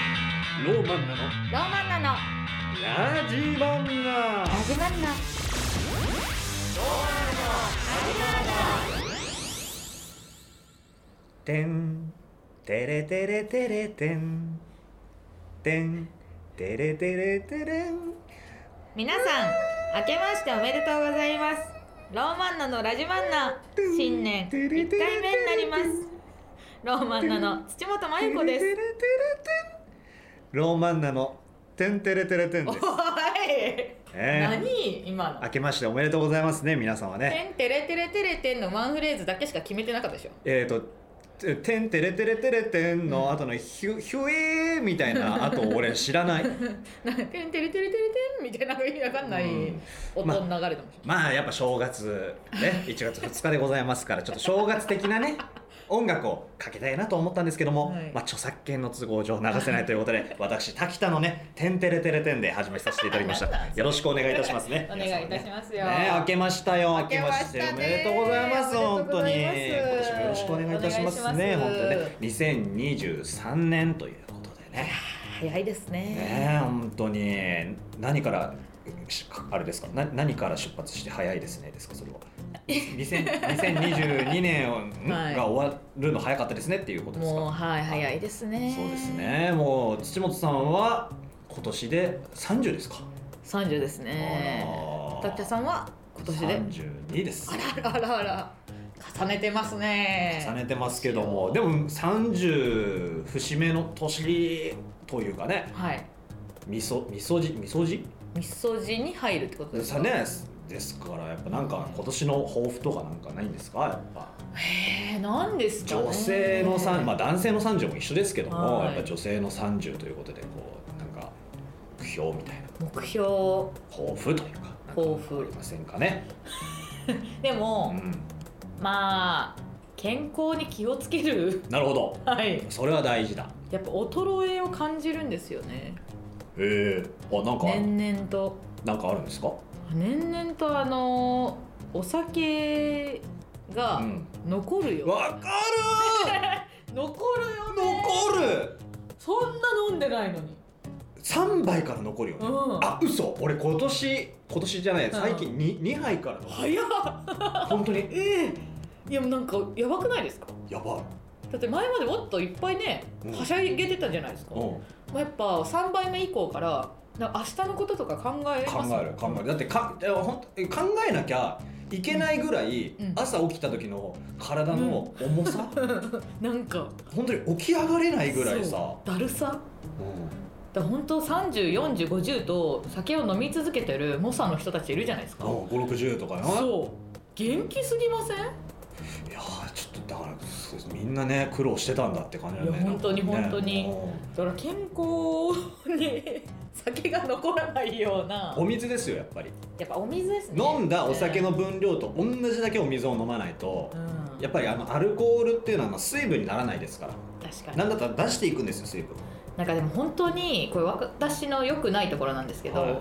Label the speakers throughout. Speaker 1: ローマンナの
Speaker 2: ローマンナの
Speaker 1: ラジマンナ
Speaker 2: ラジマンナ
Speaker 1: てんてれてれてれてんてんてれてれてれん
Speaker 2: 皆さん明けましておめでとうございますローマンナのラジマンナ新年1回目になりますローマンナの土本真由子です
Speaker 1: てれてれてれてんローマンナのてんてれてれてん
Speaker 2: お
Speaker 1: です
Speaker 2: い、
Speaker 1: ええ
Speaker 2: 何今の
Speaker 1: 明けましておめでとうございますね皆様ね
Speaker 2: てんてれてれてれてんのワンフレーズだけしか決めてなかったでしょ
Speaker 1: えー、と「ててんてれてれてれてん」の後のヒュ「ヒュエー」みたいな後俺知らない
Speaker 2: なんかてんてれてれてれてんみたいな意味わかんない
Speaker 1: うん
Speaker 2: 音の流れてまし
Speaker 1: まあやっぱ正月 ね1月2日でございますからちょっと正月的なね音楽をかけたいなと思ったんですけども、
Speaker 2: はい
Speaker 1: まあ、著作権の都合上流せないということで 私滝田のね「てんてれてれてん」で始めさせていただきました
Speaker 2: なんだ
Speaker 1: よろしくお願いいたしますね
Speaker 2: お願いいたします
Speaker 1: 皆
Speaker 2: よ
Speaker 1: 様ねね明けましたよ
Speaker 2: 明けましたね
Speaker 1: おめでとうございます本当に
Speaker 2: お
Speaker 1: 今
Speaker 2: めでとうございます
Speaker 1: 年もよろしくお願いいたしますね
Speaker 2: お願
Speaker 1: 本
Speaker 2: いし
Speaker 1: 当
Speaker 2: ます
Speaker 1: にね2023年ということでね
Speaker 2: 早いですね
Speaker 1: ねえ本当に何からしあれですかな何から出発して早いですねですかそれは2000 2022年をん
Speaker 2: はい
Speaker 1: が終わるの早かったですねっていうことですか
Speaker 2: もうはい早いですね
Speaker 1: そうですねもう土本さんは今年で30ですか
Speaker 2: 30ですね
Speaker 1: あら
Speaker 2: たっちゃさんは今年で
Speaker 1: 32です
Speaker 2: あらあらあら重ねてますね
Speaker 1: 重ねてますけどもでも30節目の年というかね
Speaker 2: はい
Speaker 1: みそみそじみそじ
Speaker 2: みそじに入るってことです
Speaker 1: さ
Speaker 2: か
Speaker 1: ねですからやっぱなんか今年の抱負とかなんかないんですかやっぱ
Speaker 2: えー、何ですかね
Speaker 1: 女性の三まあ男性の30も一緒ですけども、
Speaker 2: はい
Speaker 1: やっぱ女性の30ということでこうなんか目標みたいな
Speaker 2: 目標
Speaker 1: 抱負というかなんか
Speaker 2: 抱負
Speaker 1: ありませんかね、
Speaker 2: で
Speaker 1: う
Speaker 2: も、
Speaker 1: ん、
Speaker 2: まあ健康に気をつける
Speaker 1: なるほど
Speaker 2: はい
Speaker 1: それは大事だ
Speaker 2: やっぱ衰えを感じるんですよね
Speaker 1: へえあなんかある、
Speaker 2: 年々と
Speaker 1: なんかあるんですか
Speaker 2: 年々とあのお酒が
Speaker 1: うん
Speaker 2: 残るよ、
Speaker 1: わかる
Speaker 2: 残るよね
Speaker 1: 残る
Speaker 2: そんな飲んでないのに
Speaker 1: 3杯から残るよね、
Speaker 2: うん
Speaker 1: あ嘘俺今年今年じゃない最近 2, 2杯から残る
Speaker 2: 早っ
Speaker 1: 本当に
Speaker 2: ええいやもうなんかやばくないですか
Speaker 1: やばい
Speaker 2: だって前までもっといっぱいね
Speaker 1: うん
Speaker 2: はしゃいげてたじゃないですか、
Speaker 1: う
Speaker 2: も
Speaker 1: ん
Speaker 2: うやっぱ3杯目以降からなんか明日のこととか考え
Speaker 1: 考
Speaker 2: ます
Speaker 1: える考えるだってかえほん考えなきゃいけないぐらい、
Speaker 2: うん
Speaker 1: 朝起きた時の体の重さ、
Speaker 2: なんか
Speaker 1: 本当に起き上がれないぐらいさ
Speaker 2: そうだるさ
Speaker 1: うん
Speaker 2: だから本当304050と酒を飲み続けてる猛者の人たちいるじゃないですか
Speaker 1: 560とかな
Speaker 2: そう元気すぎません
Speaker 1: いやーちょっとだからそうですみんなね苦労してたんだって感じだよね
Speaker 2: いや本当
Speaker 1: な
Speaker 2: に
Speaker 1: んかね
Speaker 2: 本当に
Speaker 1: うん
Speaker 2: だから健康に酒が残らないような
Speaker 1: お水ですよやっぱり
Speaker 2: やっぱお水ですね
Speaker 1: 飲んだお酒の分量と同じだけお水を飲まないと
Speaker 2: うん
Speaker 1: やっぱりあのアルコールっていうのはまあ水分にならないですから
Speaker 2: 確かに
Speaker 1: なんだったら出していくんですよ水分
Speaker 2: なんかでも本当にこれ私の良くないところなんですけど、
Speaker 1: はい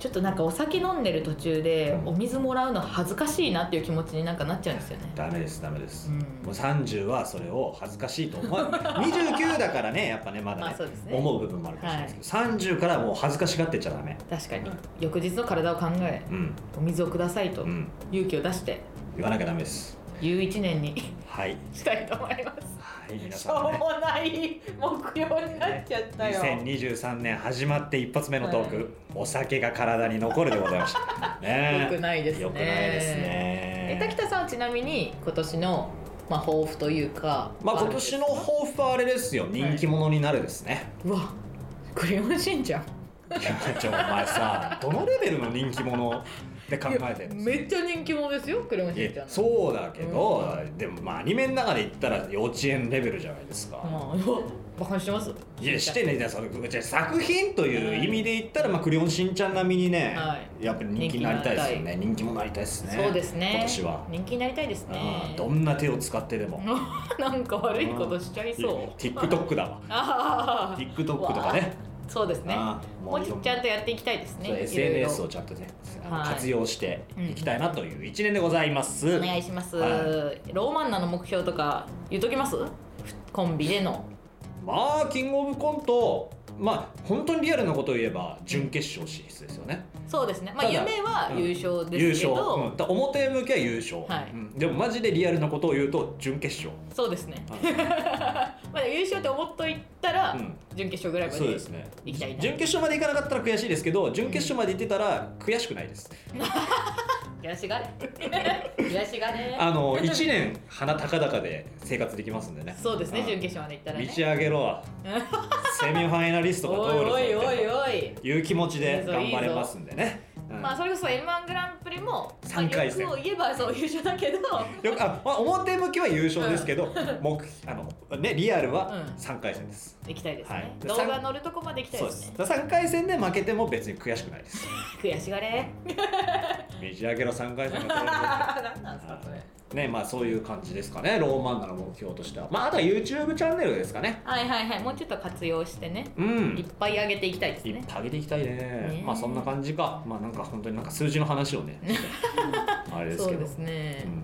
Speaker 2: ちょっとなんかお酒飲んでる途中でお水もらうの恥ずかしいなっていう気持ちになんかなっちゃうんですよね。
Speaker 1: ダメですダメです、
Speaker 2: う、
Speaker 1: もうん30はそれを恥ずかしいと思う 29だからねやっぱねまだね,、
Speaker 2: まあそうですね
Speaker 1: 思う部分もあるかもしれないですけど、30からもう恥ずかしがってちゃダメ
Speaker 2: 確かに翌日の体を考え
Speaker 1: うん
Speaker 2: お水をくださいと
Speaker 1: うん
Speaker 2: 勇気を出して
Speaker 1: 言わなきゃダメです
Speaker 2: いう一年に
Speaker 1: はい
Speaker 2: したいと思いま
Speaker 1: はい皆
Speaker 2: す。し
Speaker 1: さん
Speaker 2: ょ
Speaker 1: も
Speaker 2: う
Speaker 1: ね
Speaker 2: もない目標になっちゃったよ。
Speaker 1: 2023年始まって一発目のトーク、
Speaker 2: はい
Speaker 1: お酒が体に残るでございましたね
Speaker 2: 良くないですね。
Speaker 1: 良くないです。ね
Speaker 2: え滝田さんはちなみに今年のまあ抱負というか、
Speaker 1: まあ今年の抱負はあれですよ人気者になるですね、
Speaker 2: うわクレヨンしんちゃん。
Speaker 1: い、やちょお前さどのレベルの人気者で考えてるんですか
Speaker 2: めっちゃ人気者ですよクレヨン
Speaker 1: い
Speaker 2: しんちゃ
Speaker 1: や
Speaker 2: んう
Speaker 1: そうだけど、でもまあアニメの中で言ったら幼稚園レベルじゃないですか、
Speaker 2: まあバカにしてます
Speaker 1: いやしてねじゃあそのじゃあ作品という意味で言ったら、まあ、クレヨンしんちゃん並みにね、
Speaker 2: は
Speaker 1: やっぱり人気になりたいですよね人気もなりたいですね
Speaker 2: そうですね
Speaker 1: 今年は、
Speaker 2: 人気になりたいです
Speaker 1: うん
Speaker 2: ね
Speaker 1: どんな手を使ってでも
Speaker 2: なんか悪いことしちゃいそう
Speaker 1: TikTok だわ
Speaker 2: ああ
Speaker 1: TikTok とかね
Speaker 2: そうですね
Speaker 1: あー
Speaker 2: もうちょっとちゃんとやっていきたいです
Speaker 1: そう
Speaker 2: ね
Speaker 1: SNS
Speaker 2: い
Speaker 1: を
Speaker 2: ろ
Speaker 1: ちゃんとねあの
Speaker 2: はい
Speaker 1: 活用していきたいなという一年でございます、
Speaker 2: いろお願いします、
Speaker 1: は
Speaker 2: ローマンナの目標とか言っときますコンビでの
Speaker 1: まあキングオブコントまあ本当にリアルなことを言えば準決勝進出ですよね
Speaker 2: そうですねまあ
Speaker 1: ただ
Speaker 2: 夢は優勝
Speaker 1: 優
Speaker 2: ですけ
Speaker 1: 勝、
Speaker 2: ど、
Speaker 1: うん、だ表向きは優勝、
Speaker 2: はい
Speaker 1: うんでもマジでリアルなことを言うと準決勝、
Speaker 2: そうですね
Speaker 1: う
Speaker 2: まだ優勝って思っといたら、
Speaker 1: ん
Speaker 2: 準決勝ぐらいまで
Speaker 1: そうですね
Speaker 2: 行きたいな
Speaker 1: 準決勝まで行かなかったら悔しいですけど準決勝まで行ってたら悔しくないです、
Speaker 2: 悔 しがれ悔しがれ
Speaker 1: あの1年鼻高々で生活できますんでね
Speaker 2: そうですね、
Speaker 1: ん
Speaker 2: 準決勝まで行ったらね
Speaker 1: 道上げ ろセミファイナリストが通るぞ
Speaker 2: おいおいおい
Speaker 1: っ
Speaker 2: おい
Speaker 1: ていう気持ちで頑張れますんでねうん
Speaker 2: まあそれこそ M1 グランプリもまあ
Speaker 1: 三回戦
Speaker 2: 欲を言えばそう優勝だけど
Speaker 1: よくあまあ表向きは優勝ですけど、目あのねリアルは
Speaker 2: うん
Speaker 1: 3回戦です、
Speaker 2: 行きたいですね、
Speaker 1: はい
Speaker 2: 動画乗るとこまで行きたい
Speaker 1: そう
Speaker 2: で
Speaker 1: ですす
Speaker 2: ね
Speaker 1: だから3回戦で負けても別に悔しくないです
Speaker 2: 悔し がれ
Speaker 1: 道上げろ3回戦 が
Speaker 2: 何なんですかそ
Speaker 1: 通
Speaker 2: れ
Speaker 1: るねまあそういう感じですかねローマンナの目標としてはまああとは YouTube チャンネルですかね
Speaker 2: はいはいはいもうちょっと活用してね
Speaker 1: う
Speaker 2: いっ
Speaker 1: ん
Speaker 2: ぱい上げていきたいです
Speaker 1: いっ
Speaker 2: ね
Speaker 1: ぱい上げていきたいね
Speaker 2: ね
Speaker 1: まあそんな感じかまあなんか本当になんか数字の話をねあれです
Speaker 2: そ
Speaker 1: け
Speaker 2: う
Speaker 1: ど
Speaker 2: ですね、
Speaker 1: うん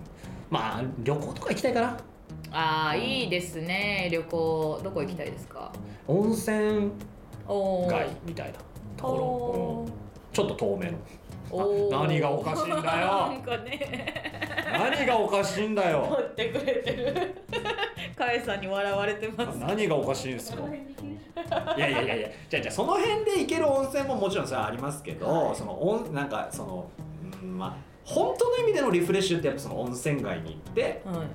Speaker 1: まあ旅行とか行きたいかな
Speaker 2: ああいいですね旅行どこ行きたいですか
Speaker 1: 温泉
Speaker 2: おー
Speaker 1: 街みたいなところ、
Speaker 2: おー
Speaker 1: うんちょっと透明の
Speaker 2: おー
Speaker 1: あ何がおかしいんだよ
Speaker 2: なんかね
Speaker 1: 何がおかしいんだ
Speaker 2: 持
Speaker 1: よ
Speaker 2: ってくれてるカエさんに笑われてます
Speaker 1: 何がおかしいんですかいやいやいやいやじゃあじゃあその辺で行ける温泉ももちろんそれはありますけど、
Speaker 2: はい
Speaker 1: その温なんかその、うんまあ本当の意味でのリフレッシュってやっぱその温泉街に行って
Speaker 2: はい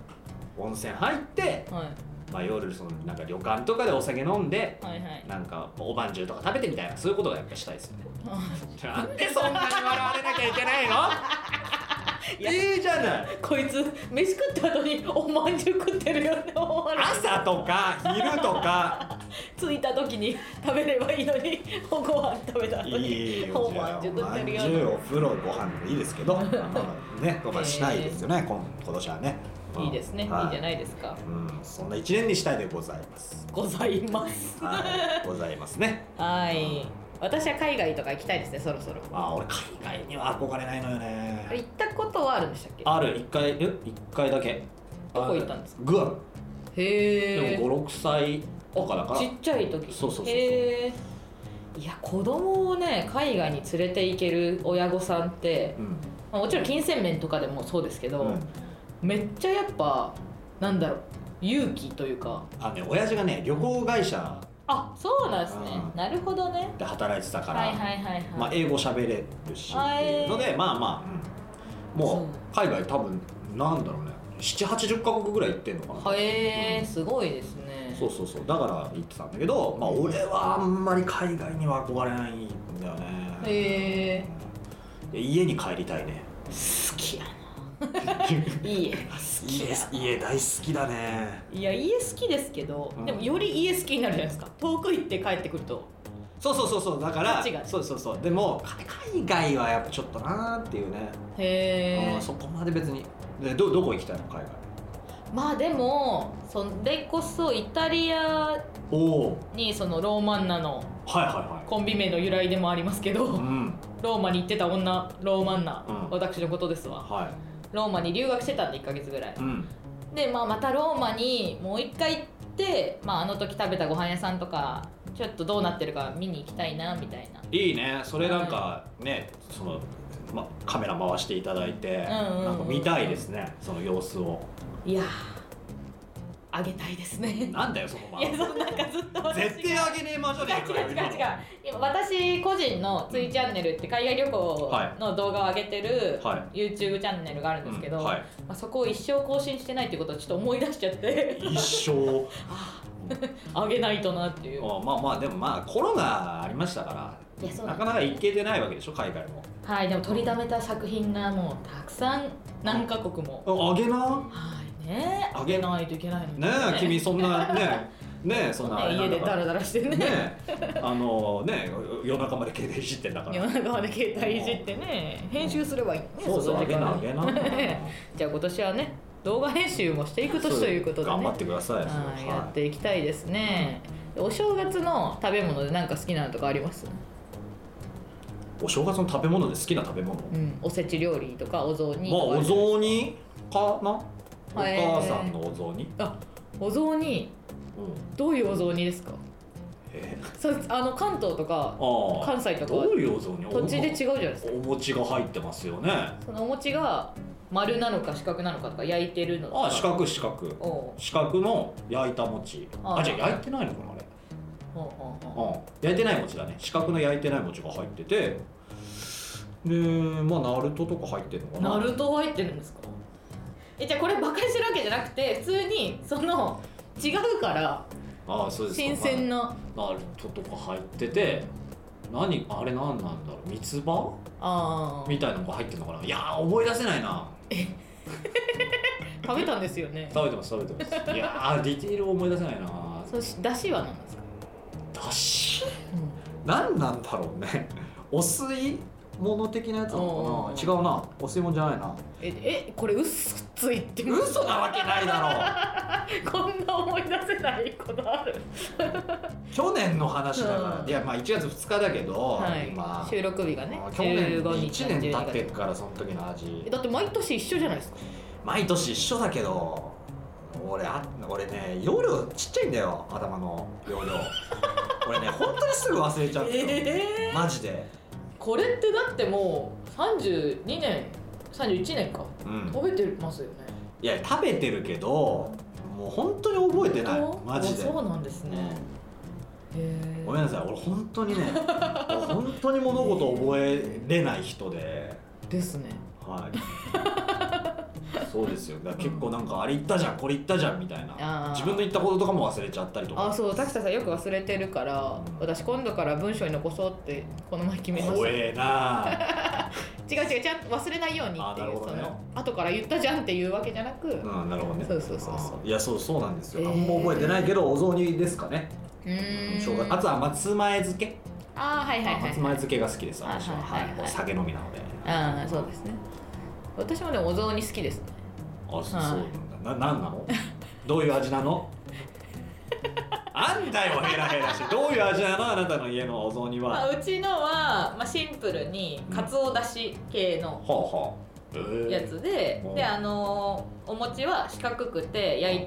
Speaker 1: 温泉入って、
Speaker 2: はい
Speaker 1: まあ、夜そのなんか旅館とかでお酒飲んで
Speaker 2: はいはい
Speaker 1: なんかおまんじゅうとか食べてみたいなそういうことがやっぱしたいですよ ね。なんでそんなに笑われなきゃいけないのいいじゃない
Speaker 2: こいつ飯食った後におまんじゅう食ってるよね思われ
Speaker 1: 朝とか昼とか
Speaker 2: 着いた時に食べればいいのにご飯食べた後に
Speaker 1: いいよ
Speaker 2: おまんじゅう食ってるよ
Speaker 1: おまんじゅうお風呂ご飯でいいですけ どまあまあねとかしないですよね、今今年はね
Speaker 2: いいですね、い、いじゃ
Speaker 1: い
Speaker 2: ないですか
Speaker 1: うん、そんな一年にしたいでございます
Speaker 2: ございます
Speaker 1: はいございますね
Speaker 2: はい私は海外とか行きたいですねそろそろ
Speaker 1: まあ俺海外には憧れないのよ
Speaker 2: 行
Speaker 1: ね
Speaker 2: ったことはあるんでしたっけ
Speaker 1: ある一回え一回だけ
Speaker 2: どこ行ったんです
Speaker 1: かグアム
Speaker 2: へ
Speaker 1: で
Speaker 2: え
Speaker 1: も56歳とかだから
Speaker 2: ちっちゃい時
Speaker 1: そうそうそうそう
Speaker 2: へえいや子供をね海外に連れて行ける親御さんって、
Speaker 1: うん
Speaker 2: まあもちろん金銭面とかでもそうですけど、
Speaker 1: うん
Speaker 2: めっちゃやっぱなんだろう勇気というか
Speaker 1: あのね親父がね旅行会社
Speaker 2: あそうなんですね、
Speaker 1: うん
Speaker 2: なるほどね
Speaker 1: で働いてたから、
Speaker 2: はいはいはいはい、
Speaker 1: まあ、英語喋れるし、
Speaker 2: はい
Speaker 1: っていうのでまあまあ、うんもう海外多分なんだろうね780カ国ぐらい行ってんのかな、
Speaker 2: はえ
Speaker 1: うん
Speaker 2: ー、すごいですね
Speaker 1: そうそうそうだから行ってたんだけど、まあ、俺はあんまり海外には憧れないんだよね、
Speaker 2: へえ
Speaker 1: で家に帰りたい ね
Speaker 2: 好きやないいえ
Speaker 1: 家家大好きだね
Speaker 2: いや家好きですけど、
Speaker 1: うん
Speaker 2: でもより家好きになるじゃないですか遠く行って帰ってくると
Speaker 1: そうそうそうそうだから
Speaker 2: 価値が
Speaker 1: そうそうそうでもか海外はやっぱちょっとなーっていうね、
Speaker 2: へ
Speaker 1: う
Speaker 2: え
Speaker 1: んそこまで別にでどどこ行きたいの海外
Speaker 2: まあでもそれこそイタリア
Speaker 1: おお
Speaker 2: にそのローマンナの
Speaker 1: はいは
Speaker 2: コンビ名の由来でもありますけ
Speaker 1: いはい
Speaker 2: ど
Speaker 1: うん
Speaker 2: ローマに行ってた女ローマンナ、
Speaker 1: うん
Speaker 2: 私のことですわ
Speaker 1: は
Speaker 2: ローマに留学してたんで1ヶ月ぐらい
Speaker 1: いうん
Speaker 2: で、まあ、またローマにもう一回行って、まあ、あの時食べたご飯屋さんとかちょっとどうなってるか見に行きたいなみたいない
Speaker 1: いねそれなんかねその、ま、カメラ回していただいて、
Speaker 2: うんうんうん
Speaker 1: なんか見たいですねその様子を
Speaker 2: いやーあげたいですね
Speaker 1: なんだよその
Speaker 2: いや
Speaker 1: 間
Speaker 2: そうなんかずっと私が
Speaker 1: 絶対あげねえ間じゃねえかよ
Speaker 2: 違う違う違う今私個人のツイチャンネルって海外旅行の動画を上げてる、
Speaker 1: は
Speaker 2: YouTube チャンネルがあるん
Speaker 1: 今の
Speaker 2: ですけど、
Speaker 1: うんはい、
Speaker 2: まあ、そこを一生更新してないってことをちょっと思い出しちゃっ て
Speaker 1: 一生
Speaker 2: あげないとなっていう
Speaker 1: あまあまあでもまあコロナありましたか
Speaker 2: いやそ
Speaker 1: ら
Speaker 2: うな
Speaker 1: なんか
Speaker 2: で
Speaker 1: なか行けてないわけでしょ海外も
Speaker 2: すはいでも取りだめた作品がもうたくさん何カ国も
Speaker 1: ああげな
Speaker 2: はいね
Speaker 1: あ
Speaker 2: あ
Speaker 1: げ
Speaker 2: げないといけないのに
Speaker 1: ねえ 君そんなねえねえそんな
Speaker 2: ね家でダラダラしてね
Speaker 1: ねえあのねえ夜中まで携帯いじってんだから
Speaker 2: 世の中まで携帯いじってね編集すればいいね
Speaker 1: そうそう
Speaker 2: の
Speaker 1: あ
Speaker 2: 時
Speaker 1: げな
Speaker 2: 間
Speaker 1: あ
Speaker 2: に
Speaker 1: げな
Speaker 2: じゃあ今年はね動画編集もしていく年ということで、ね、
Speaker 1: 頑張ってください。
Speaker 2: はい、やっていきたいですね、お正月の食べ物で何か好きなのとかあります、
Speaker 1: お正月の食べ物で好きな食べ物。
Speaker 2: うん、おせち料理とかお雑煮
Speaker 1: まあお
Speaker 2: とか
Speaker 1: 雑煮かな。お
Speaker 2: はい
Speaker 1: 母さんのお雑煮。
Speaker 2: あお雑煮
Speaker 1: うん
Speaker 2: どういうお雑煮ですか
Speaker 1: え
Speaker 2: そうあの関東とか
Speaker 1: ああ
Speaker 2: 関西とか
Speaker 1: どういうお雑煮
Speaker 2: 土地で違うじゃないですか
Speaker 1: お餅が入ってますよねあ
Speaker 2: そのお餅が丸なのか四角なのかとか焼いてるのとか
Speaker 1: あ四角四角
Speaker 2: おう
Speaker 1: 四角の焼いた餅
Speaker 2: あ
Speaker 1: あ
Speaker 2: あ
Speaker 1: じゃあ焼いてないのかなあれ
Speaker 2: おうおうおう
Speaker 1: うん焼いてない餅だね四角の焼いてない餅が入っててでまあナルトとか入ってるのかな
Speaker 2: ナルト入ってるんですかえじゃあこれバカにしてるわけじゃなくて普通にその違うから
Speaker 1: ああそうですか
Speaker 2: 新鮮な、
Speaker 1: ナルトとか入ってて何あれ何なんだろう三つ葉
Speaker 2: あー
Speaker 1: みたいなのが入ってるのかないやー思い出せないな
Speaker 2: 食べたんですよね
Speaker 1: 食べてます食べて ますいやーディテール思い出せないな
Speaker 2: そしだしは何ですか、
Speaker 1: だし何なんだろうね お吸い物的なやつなのかな違うなお吸い物じゃないな
Speaker 2: ええこれ嘘ついてる
Speaker 1: 嘘なわけないだ
Speaker 2: こんな思い出せないことある
Speaker 1: ろう去年の話だから、
Speaker 2: うん
Speaker 1: いやまあ1月2日だけど、
Speaker 2: はい、
Speaker 1: 今
Speaker 2: 収録日がね
Speaker 1: 去年
Speaker 2: 15日
Speaker 1: 1年経って
Speaker 2: 12
Speaker 1: る
Speaker 2: 月
Speaker 1: からその時の味
Speaker 2: えだって毎年一緒じゃないですか
Speaker 1: 毎年一緒だけど俺あ俺ね容量ちっちゃいんだよ頭の容量俺ね本当にすぐ忘れちゃう
Speaker 2: え
Speaker 1: マジで
Speaker 2: これってだってもう32年31年か
Speaker 1: うん
Speaker 2: 食べてますよね
Speaker 1: いや食べてるけどもう本当に覚えてない
Speaker 2: 本当
Speaker 1: マジで
Speaker 2: あそうなんですねへ
Speaker 1: ごめんなさい俺本当にね俺本当に物事覚えれない人で
Speaker 2: えですね
Speaker 1: はいそうですよだから結構なんかあれ言ったじゃんこれ言ったじゃんみたいな
Speaker 2: あー
Speaker 1: 自分の言ったこととかも忘れちゃったりとか
Speaker 2: あそう滝田さんよく忘れてるから私今度から文章に残そうってこの前決めました
Speaker 1: 怖えなあ
Speaker 2: 違う違うちゃんと忘れないようにってい
Speaker 1: あな
Speaker 2: う
Speaker 1: るほ
Speaker 2: そ
Speaker 1: どね
Speaker 2: の後から言ったじゃんっていうわけじゃなくう
Speaker 1: うんなるほどね
Speaker 2: そうそうそうそう
Speaker 1: あーいやそうそうなんですよ、
Speaker 2: えー
Speaker 1: あんま覚えてないけどお雑煮ですかね、
Speaker 2: ーん
Speaker 1: しょうがあとは松前漬け、
Speaker 2: あーはいはいは
Speaker 1: あ
Speaker 2: い
Speaker 1: 松前漬けが好きです
Speaker 2: はい
Speaker 1: 私は、
Speaker 2: はい
Speaker 1: は
Speaker 2: はいいはい
Speaker 1: もう酒飲みなので
Speaker 2: ああそうですね私もでもお雑煮好きですね
Speaker 1: あそうなんだななんな のどういう味なのあんだよヘラヘラしてどういう味なのあなたの家のお雑煮は
Speaker 2: まあ、
Speaker 1: は
Speaker 2: うちのは、まあ、シンプルにかつおだし系の
Speaker 1: あはあえー
Speaker 2: やつで、
Speaker 1: うん
Speaker 2: であのーお餅は四角くて焼い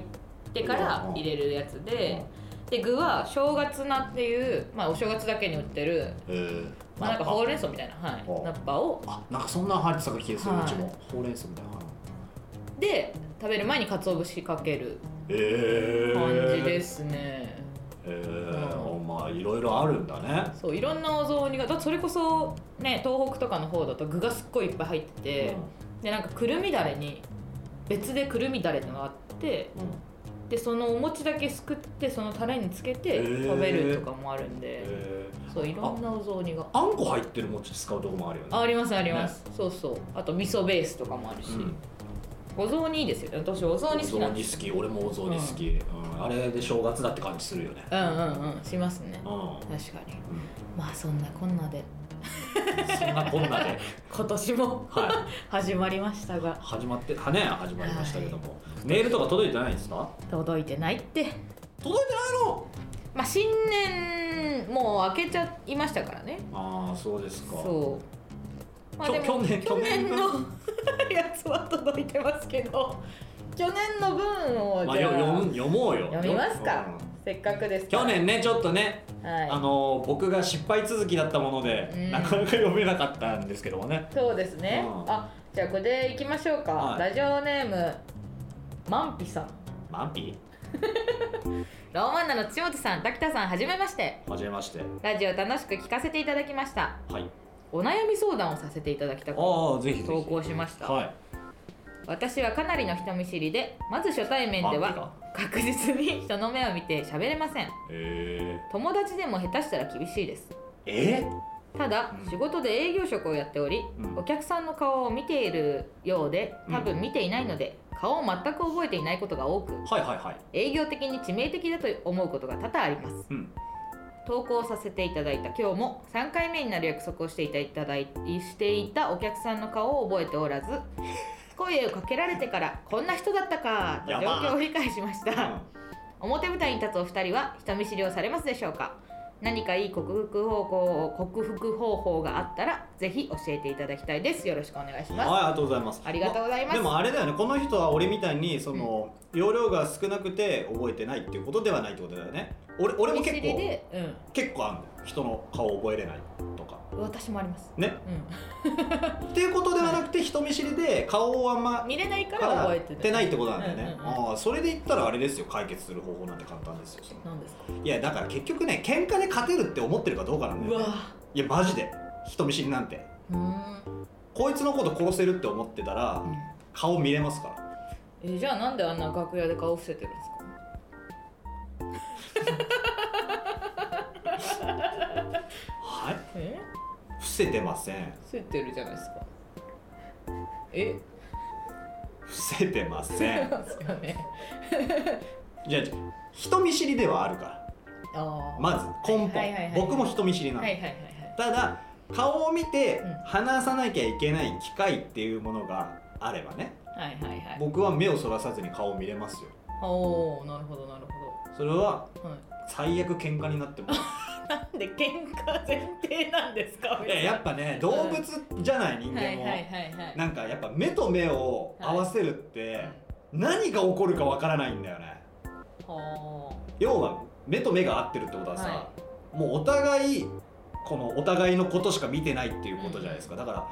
Speaker 2: てから入れるやつで、で具は正月菜っていう、まあ、お正月だけに売ってる、
Speaker 1: えー
Speaker 2: まあ、なんかほうれん草みたいな、はい
Speaker 1: うん、
Speaker 2: ナッパを
Speaker 1: あなんかそんな入ってた気がする、
Speaker 2: はいう
Speaker 1: ちもほうれん草みたいな
Speaker 2: で食べる前に鰹節かける
Speaker 1: ええ
Speaker 2: 感じですすね、
Speaker 1: えー、おまあいろいろあるんだね
Speaker 2: そういろんなお雑煮がだそれこそね東北とかの方だと具がすっごいいっぱい入ってて、でなんかくるみだれに別でくるみだれってのがあって
Speaker 1: うんうん
Speaker 2: でそのお餅だけすくってそのタレにつけて
Speaker 1: へー
Speaker 2: 食べるとかもあるんで、
Speaker 1: えー
Speaker 2: そういろんなお雑煮が
Speaker 1: あんこ入ってる餅使うとこもあるよね
Speaker 2: あありますあります、そうそうあと味噌ベースとかもあるし、
Speaker 1: うん
Speaker 2: お雑煮いいですよね私お雑煮好きなん
Speaker 1: お
Speaker 2: で
Speaker 1: 雑
Speaker 2: す
Speaker 1: 煮好き俺もお雑煮好き、うんあれで正月だって感じするよね
Speaker 2: うんうんうんしますね
Speaker 1: うん、
Speaker 2: 確かにまあそんなこんなで
Speaker 1: そんな こんなで、
Speaker 2: 今年も
Speaker 1: はい、
Speaker 2: 始まりましたが
Speaker 1: 始まってはね始まりましたけども、メールとか届いてないんですか
Speaker 2: 届いてないって
Speaker 1: 届いてないの
Speaker 2: まあ新年もう明けちゃいましたからね
Speaker 1: ああそうですか
Speaker 2: そう。まあ
Speaker 1: きょ
Speaker 2: でも
Speaker 1: 去年
Speaker 2: 去年の
Speaker 1: 去
Speaker 2: やつは届いてますけど、去年の分を
Speaker 1: まあ、
Speaker 2: じ
Speaker 1: よ
Speaker 2: ゃあ
Speaker 1: 読む読もうよ
Speaker 2: 読みますか
Speaker 1: うん。
Speaker 2: せっかくですから。
Speaker 1: 去年ねちょっとね、あ
Speaker 2: は
Speaker 1: のー僕が失敗続きだったもので、
Speaker 2: うん
Speaker 1: なかなか読めなかったんですけどもね
Speaker 2: い。そうですね
Speaker 1: う。ん
Speaker 2: あ、じゃあこれでいきましょうか。
Speaker 1: はい
Speaker 2: ラジオネームマンピさん、
Speaker 1: マンピ
Speaker 2: ローマンナの土本さん、滝田さん、はじめまして。
Speaker 1: はじめまして
Speaker 2: ラジオ楽しく聞かせていただきました。
Speaker 1: はい
Speaker 2: お悩み相談をさせていただきたく
Speaker 1: ああぜひぜひ
Speaker 2: 投稿しました。
Speaker 1: はい
Speaker 2: 私はかなりの人見知りでまず初対面で
Speaker 1: あいいか
Speaker 2: は確実に人の目を見て喋れません
Speaker 1: え
Speaker 2: 友達でも下手したら厳しいです
Speaker 1: ー、え
Speaker 2: ただ
Speaker 1: うん
Speaker 2: 仕事で営業職をやっており
Speaker 1: うん
Speaker 2: お客さんの顔を見ているようで多
Speaker 1: う
Speaker 2: 分
Speaker 1: ん
Speaker 2: 見ていないので顔を全く覚えていないことが多く
Speaker 1: はいはいはい
Speaker 2: 営業的に致命的だと思うことが多々あります
Speaker 1: うん
Speaker 2: 投稿させていただいた今日も3回目になる約束をしていたいただいしていたお客さんの顔を覚えてお らず声をかけられてからこんな人だったかと状
Speaker 1: やば
Speaker 2: 況を理解しまし
Speaker 1: う
Speaker 2: た表舞台に立つお二人は人見知りをされますでしょうか何かいい克服方法を克服方法があったらぜひ教えていただきたいですよろしくお願いし
Speaker 1: はい、
Speaker 2: ま
Speaker 1: ありがとうございます。
Speaker 2: ありがとうございます
Speaker 1: でもあれだよね、この人は俺みたいにその、容量が少なくて覚えてないっていうことではないってことだよね。俺俺
Speaker 2: す
Speaker 1: も
Speaker 2: 見知
Speaker 1: 結
Speaker 2: り
Speaker 1: 構
Speaker 2: で、う
Speaker 1: 結構あるんだよ。人の顔を覚えれないとか。
Speaker 2: ん、私もあります
Speaker 1: ね、
Speaker 2: う
Speaker 1: っていうことではなくて人見知りで顔をあんま
Speaker 2: ん、見れないから覚えて
Speaker 1: てないってことなんだよね、
Speaker 2: うんうんうん
Speaker 1: ああそれで言ったらあれですよ解決する方法なんて簡単ですよその
Speaker 2: なんですか
Speaker 1: いやだから結局ね喧嘩で勝てるって思ってるかどうかなんだ
Speaker 2: う
Speaker 1: よ、
Speaker 2: わ
Speaker 1: ね、いやマジで人見知りなんて
Speaker 2: うん
Speaker 1: こいつのこと殺せるって思ってたら顔見れますから
Speaker 2: えじゃあなんであんな楽屋で顔伏せてるんです
Speaker 1: はい
Speaker 2: かえ
Speaker 1: 伏せてません
Speaker 2: 伏せてるじゃないですかえ
Speaker 1: 伏せてま
Speaker 2: そう
Speaker 1: せん
Speaker 2: なんですかね
Speaker 1: じゃあ人見知りではあるから
Speaker 2: ああ
Speaker 1: まず根
Speaker 2: はいはいは
Speaker 1: 本
Speaker 2: いはい
Speaker 1: 僕も人見知りなの、
Speaker 2: はいはいはいはい
Speaker 1: ただ顔を見て
Speaker 2: うん
Speaker 1: 話さなきゃいけない機会っていうものがあればね
Speaker 2: はいはいはい
Speaker 1: 僕は目をそらさずに顔を見れますよ
Speaker 2: おおなるほどなる
Speaker 1: それは
Speaker 2: ほどはい
Speaker 1: 最悪喧嘩になっても
Speaker 2: なんで喧嘩前提なんですか
Speaker 1: いややっぱね動物じゃない人
Speaker 2: は
Speaker 1: 間
Speaker 2: い
Speaker 1: も、
Speaker 2: はいはいはい
Speaker 1: なんかやっぱ目と目を合わせるって、何が起こるかわからないんだよね
Speaker 2: は
Speaker 1: 要は目と目が合ってるってことはさ、
Speaker 2: は
Speaker 1: もうお互いこのお互いのことしか見てないっていうことじゃないですか、だから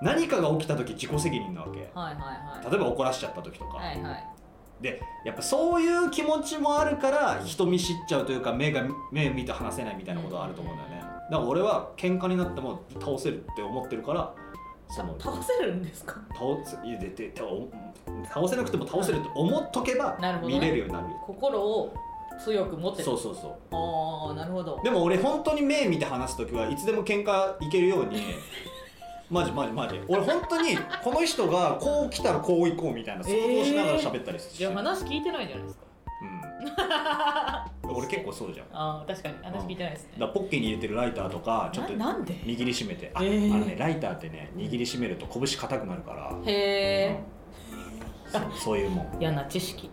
Speaker 1: 何かが起きた時自己責任なわけ
Speaker 2: あはいはい
Speaker 1: 例えば怒らしちゃった時とか、
Speaker 2: はいはいはい
Speaker 1: でやっぱそういう気持ちもあるから人見知っちゃうというか目が目見て話せないみたいなことはあると思うんだよねだから俺は喧嘩になっても倒せるって思ってるからその倒
Speaker 2: 倒せるんですか
Speaker 1: せいやでで倒倒せなくても倒せるって思っとけば
Speaker 2: なるほどね
Speaker 1: 見れるようになる
Speaker 2: 心を強く持ってる
Speaker 1: そうそうそう
Speaker 2: ああなるほど
Speaker 1: でも俺本当に目見て話す時はいつでも喧嘩いけるよ うにマジマジマジ俺本当にこの人がこう来たらこう行こうみたいな想像しながら喋ったりす
Speaker 2: じ
Speaker 1: る、
Speaker 2: ゃあ話聞いてないじゃないですか
Speaker 1: うん 俺結構そうじゃん
Speaker 2: ああ確かに話聞いてないです
Speaker 1: だか
Speaker 2: ね
Speaker 1: らポッケに入れてるライターとかちょっと
Speaker 2: ななんで
Speaker 1: 握りしめてあ,、
Speaker 2: えー
Speaker 1: あのねライターってね握りしめると拳硬くなるから、
Speaker 2: へえ
Speaker 1: うんそうそういうもん
Speaker 2: 嫌な知識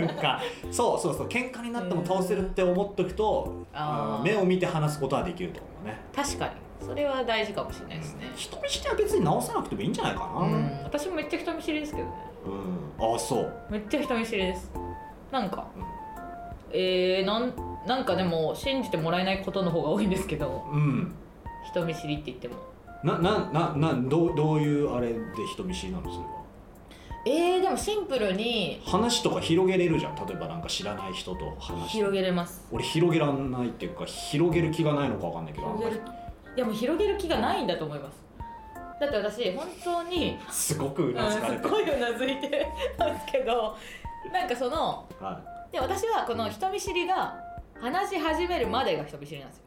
Speaker 1: なんかそうそうそう喧嘩になっても倒せるって思っとくと、
Speaker 2: あ
Speaker 1: あ
Speaker 2: ー
Speaker 1: の目を見て話すことはできると思うね
Speaker 2: 確かにそれは大事かもしれないですね
Speaker 1: 人見知りは別に直さなくてもいいんじゃないかな
Speaker 2: う、ん私もめっちゃ人見知りですけどね
Speaker 1: うんあそう、
Speaker 2: めっちゃ人見知りですなんか
Speaker 1: うん
Speaker 2: えー、なんなんかでも信じてもらえないことの方が多いんですけど
Speaker 1: うん、
Speaker 2: 人見知りって言っても
Speaker 1: ななななどうどういうあれで人見知りなのそれは
Speaker 2: えー、でもシンプルに
Speaker 1: 話とか広げれるじゃん例えばなんか知らない人と話して
Speaker 2: 広げれます
Speaker 1: 俺広げらんないっていうか広げる気がないのかわかんないけど
Speaker 2: 広げるいやもう広げる気がないんだと思いますだって私本当に
Speaker 1: すごくう
Speaker 2: うん
Speaker 1: な
Speaker 2: す
Speaker 1: ずかれ
Speaker 2: って
Speaker 1: る、
Speaker 2: ごいうなずいてますけどなんかその
Speaker 1: は
Speaker 2: で私はこの人見知りが話し始めるまでが人見知りなんですよ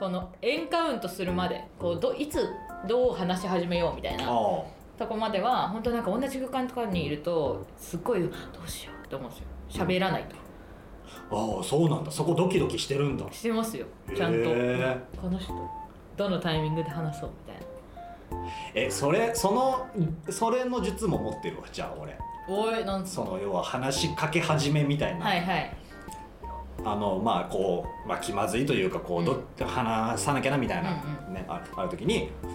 Speaker 2: このエンカウントするまでこうどいつどう話し始めようみたい
Speaker 1: い、
Speaker 2: な
Speaker 1: あ
Speaker 2: とこまでは本当なんか同じ空間とかにいるとすっごいどうしようって思うんですよ喋らないと
Speaker 1: あああそうなんだそこドキドキしてるんだ
Speaker 2: してますよちゃんと
Speaker 1: へ
Speaker 2: この人どのタイミングで話そうみたいな
Speaker 1: えそれそのそれの術も持ってるわじゃあ俺
Speaker 2: おいなんす
Speaker 1: その要は話しかけ始めみたいな、
Speaker 2: はいはい
Speaker 1: あのまあこう、まあ、気まずいというかこう、ど話さなきゃなみたいな、
Speaker 2: うん
Speaker 1: ねあるある時にう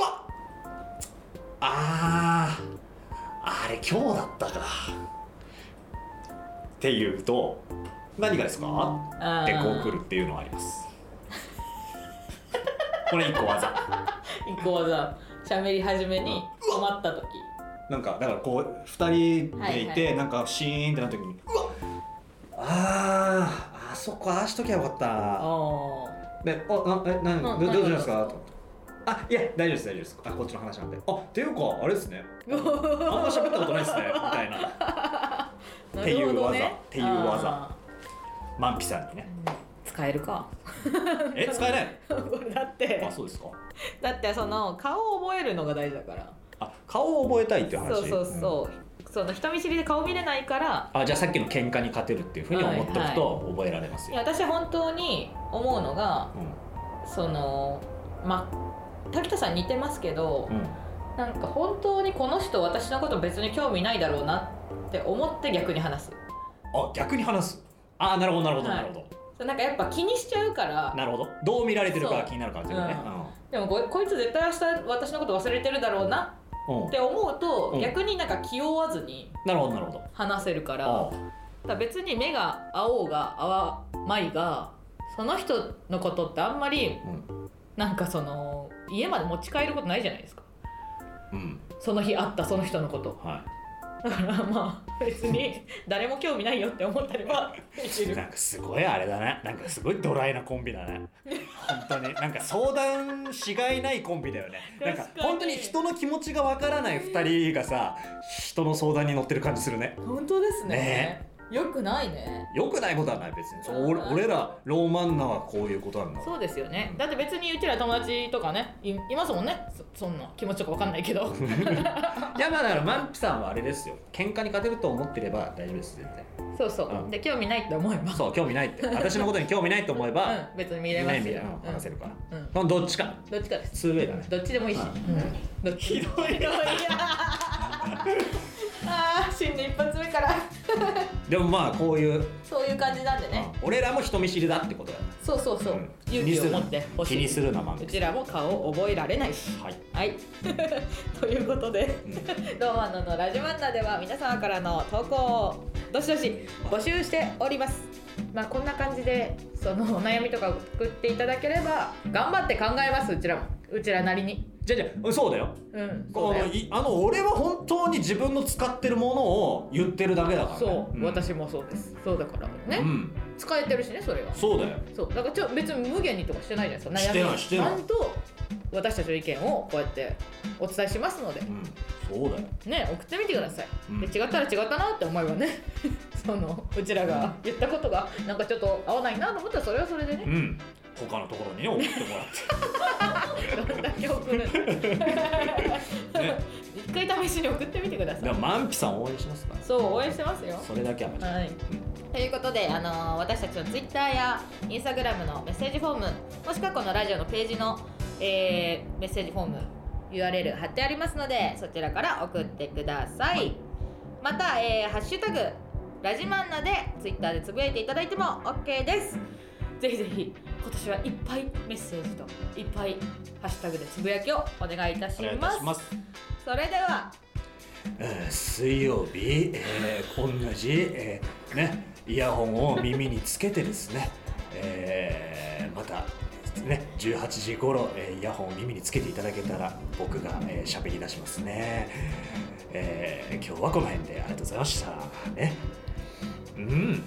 Speaker 1: わあーあれ今日だったかっていうと何がですか、
Speaker 2: あ
Speaker 1: って
Speaker 2: ー
Speaker 1: こう来るっていうのはあります。これ一個技。
Speaker 2: 一個技喋り始めに困った時
Speaker 1: なんかだからこう二人でい
Speaker 2: はい
Speaker 1: て、なんかシーンってなった時に、うわ、あああそこああしときゃよかった
Speaker 2: あ
Speaker 1: な。
Speaker 2: あ
Speaker 1: で、あなえな
Speaker 2: うん
Speaker 1: どどうした
Speaker 2: 何
Speaker 1: んですかと。あいや大丈夫です大丈夫です。あこっちの話なんで。あっていうかあれですね。あんま喋ったことないですねみたいな。
Speaker 2: な
Speaker 1: って
Speaker 2: るほ
Speaker 1: いう
Speaker 2: ど
Speaker 1: 技
Speaker 2: ね
Speaker 1: っていう技
Speaker 2: あ
Speaker 1: マンピさんにね。
Speaker 2: ー使えるか
Speaker 1: え使えない。
Speaker 2: これだって
Speaker 1: あそうですか。
Speaker 2: だってその顔を覚えるのが大事だから
Speaker 1: あ顔を覚えたいっていう話。
Speaker 2: そうそうそう、その人見知りで顔見れないから
Speaker 1: うん。あじゃあさっきの喧嘩に勝てるっていうふうに思っとくと覚えられます
Speaker 2: い
Speaker 1: よ
Speaker 2: や。私本当に思うのが
Speaker 1: うん
Speaker 2: そのまあ滝田さん似てますけど、
Speaker 1: うん
Speaker 2: なんか本当にこの人私のこと別に興味ないだろうなって思って逆に話す
Speaker 1: あ逆に話すあなるほどなるほど、
Speaker 2: はい
Speaker 1: なるほど
Speaker 2: そうなんかやっぱ気にしちゃうから
Speaker 1: なるほどどう見られてるかが気になるから
Speaker 2: そ
Speaker 1: と
Speaker 2: う
Speaker 1: いうね
Speaker 2: でもここいつ絶対明日私のこと忘れてるだろうな
Speaker 1: うん、うん
Speaker 2: って思うと、
Speaker 1: うん
Speaker 2: 逆になんか気負わずに
Speaker 1: なるほどなるほど
Speaker 2: 話せるから,、
Speaker 1: あ
Speaker 2: 別に目が合おうが合わまいがその人のことってあんまり
Speaker 1: あうん
Speaker 2: なんかその家まで持ち帰ることないじゃないですか
Speaker 1: うん
Speaker 2: その日会ったその人のこと
Speaker 1: は
Speaker 2: だからまあ別に誰も興味ないよって思ったりはでき
Speaker 1: い
Speaker 2: る
Speaker 1: なんかすごいあれだねなんかすごいドライなコンビだね本当になんか相談しがいないコンビだよねなんか
Speaker 2: 確かに
Speaker 1: 本当に人の気持ちがわからない2人がさ人の相談に乗ってる感じするね
Speaker 2: 本当です
Speaker 1: ね
Speaker 2: よくないね
Speaker 1: よくないことはない別にそう俺俺らローマンナはこういうことなんだ
Speaker 2: そうですよねだって別にうちら友達とかねいいますもんねそそんな気持ちとか分かんないけど
Speaker 1: いやまあだからマンピさんはあれですよ喧嘩に勝てると思ってれば大丈夫です全然
Speaker 2: そうそう、
Speaker 1: うん
Speaker 2: で興味ないって思えば
Speaker 1: そう興味ないって私のことに興味ないと思えば、
Speaker 2: うん、別に見
Speaker 1: 見
Speaker 2: れま
Speaker 1: ない
Speaker 2: す
Speaker 1: 見れ
Speaker 2: よ
Speaker 1: ない、うん、話せるから、
Speaker 2: うんうん
Speaker 1: まあどっちか
Speaker 2: どっちかです
Speaker 1: ツーウェイだね
Speaker 2: どっちでもいいし、
Speaker 1: はい
Speaker 2: うん、どっちひどいひどいああ新年一発目から
Speaker 1: でもまあこういう、
Speaker 2: そういう感じなんでね、
Speaker 1: 俺らも人見知りだってことだよ
Speaker 2: そうそうそう、
Speaker 1: うん
Speaker 2: 勇気を持ってほし
Speaker 1: 気に
Speaker 2: い
Speaker 1: するなマン
Speaker 2: う
Speaker 1: ピ
Speaker 2: ちらも顔を覚えられないし
Speaker 1: はい、
Speaker 2: はい ということで
Speaker 1: うん
Speaker 2: ローマンナのラジマンナでは皆様からの投稿をどしどし募集しております。まあこんな感じでそのお悩みとか送っていただければ頑張って考えますうちらもうちらなりに。
Speaker 1: じゃあじゃあそうだよ
Speaker 2: うん。そ
Speaker 1: こ
Speaker 2: うだ
Speaker 1: の
Speaker 2: よ
Speaker 1: いあの俺は本当に自分の使ってるものを言ってるだけだから、ね、
Speaker 2: そう、
Speaker 1: ん、
Speaker 2: 私もそうです。そうだから
Speaker 1: う
Speaker 2: ね、
Speaker 1: ん
Speaker 2: 使えてるしねそれは。
Speaker 1: そうだよ
Speaker 2: そうだからちょ別に無限にとかしてないじゃな
Speaker 1: し
Speaker 2: いですか
Speaker 1: てない
Speaker 2: を
Speaker 1: してない
Speaker 2: ちゃんと私たちの意見をこうやってお伝えしますので
Speaker 1: うんそうだよ
Speaker 2: ね送ってみてください、
Speaker 1: うん
Speaker 2: で違ったら違ったなって思えばね そのうちらが言ったことがなんかちょっと合わないなと思ったらそれはそれで
Speaker 1: う
Speaker 2: ね
Speaker 1: ん他のところにね送ってもらって
Speaker 2: どんだ け送るの
Speaker 1: ね
Speaker 2: 一回試しに送ってみてくださ
Speaker 1: で
Speaker 2: い
Speaker 1: もマンピさん応援しますから
Speaker 2: そう応援してますよ
Speaker 1: それだけは間違いない
Speaker 2: はいということで、あのー私たちの Twitter や Instagram のメッセージフォームもしくはこのラジオのページの、えーメッセージフォーム URL 貼ってありますのでそちらから送ってください、また、えーハッシュタグラジマンナ」で Twitter でつぶやいていただいても OK ですぜひぜひ今年はいっぱいメッセージといっぱいハッシュタグでつぶやきをお願いいたし
Speaker 1: お願いい
Speaker 2: ま
Speaker 1: た
Speaker 2: す
Speaker 1: します
Speaker 2: それでは
Speaker 1: えー水曜日、えー、同じ、えーね、イヤホンを耳につけてですね、えーまた、ね、18時頃、えーイヤホンを耳につけていただけたら僕が喋、えー、喋り出しますね、えー今日はこの辺でありがとうございましたねうん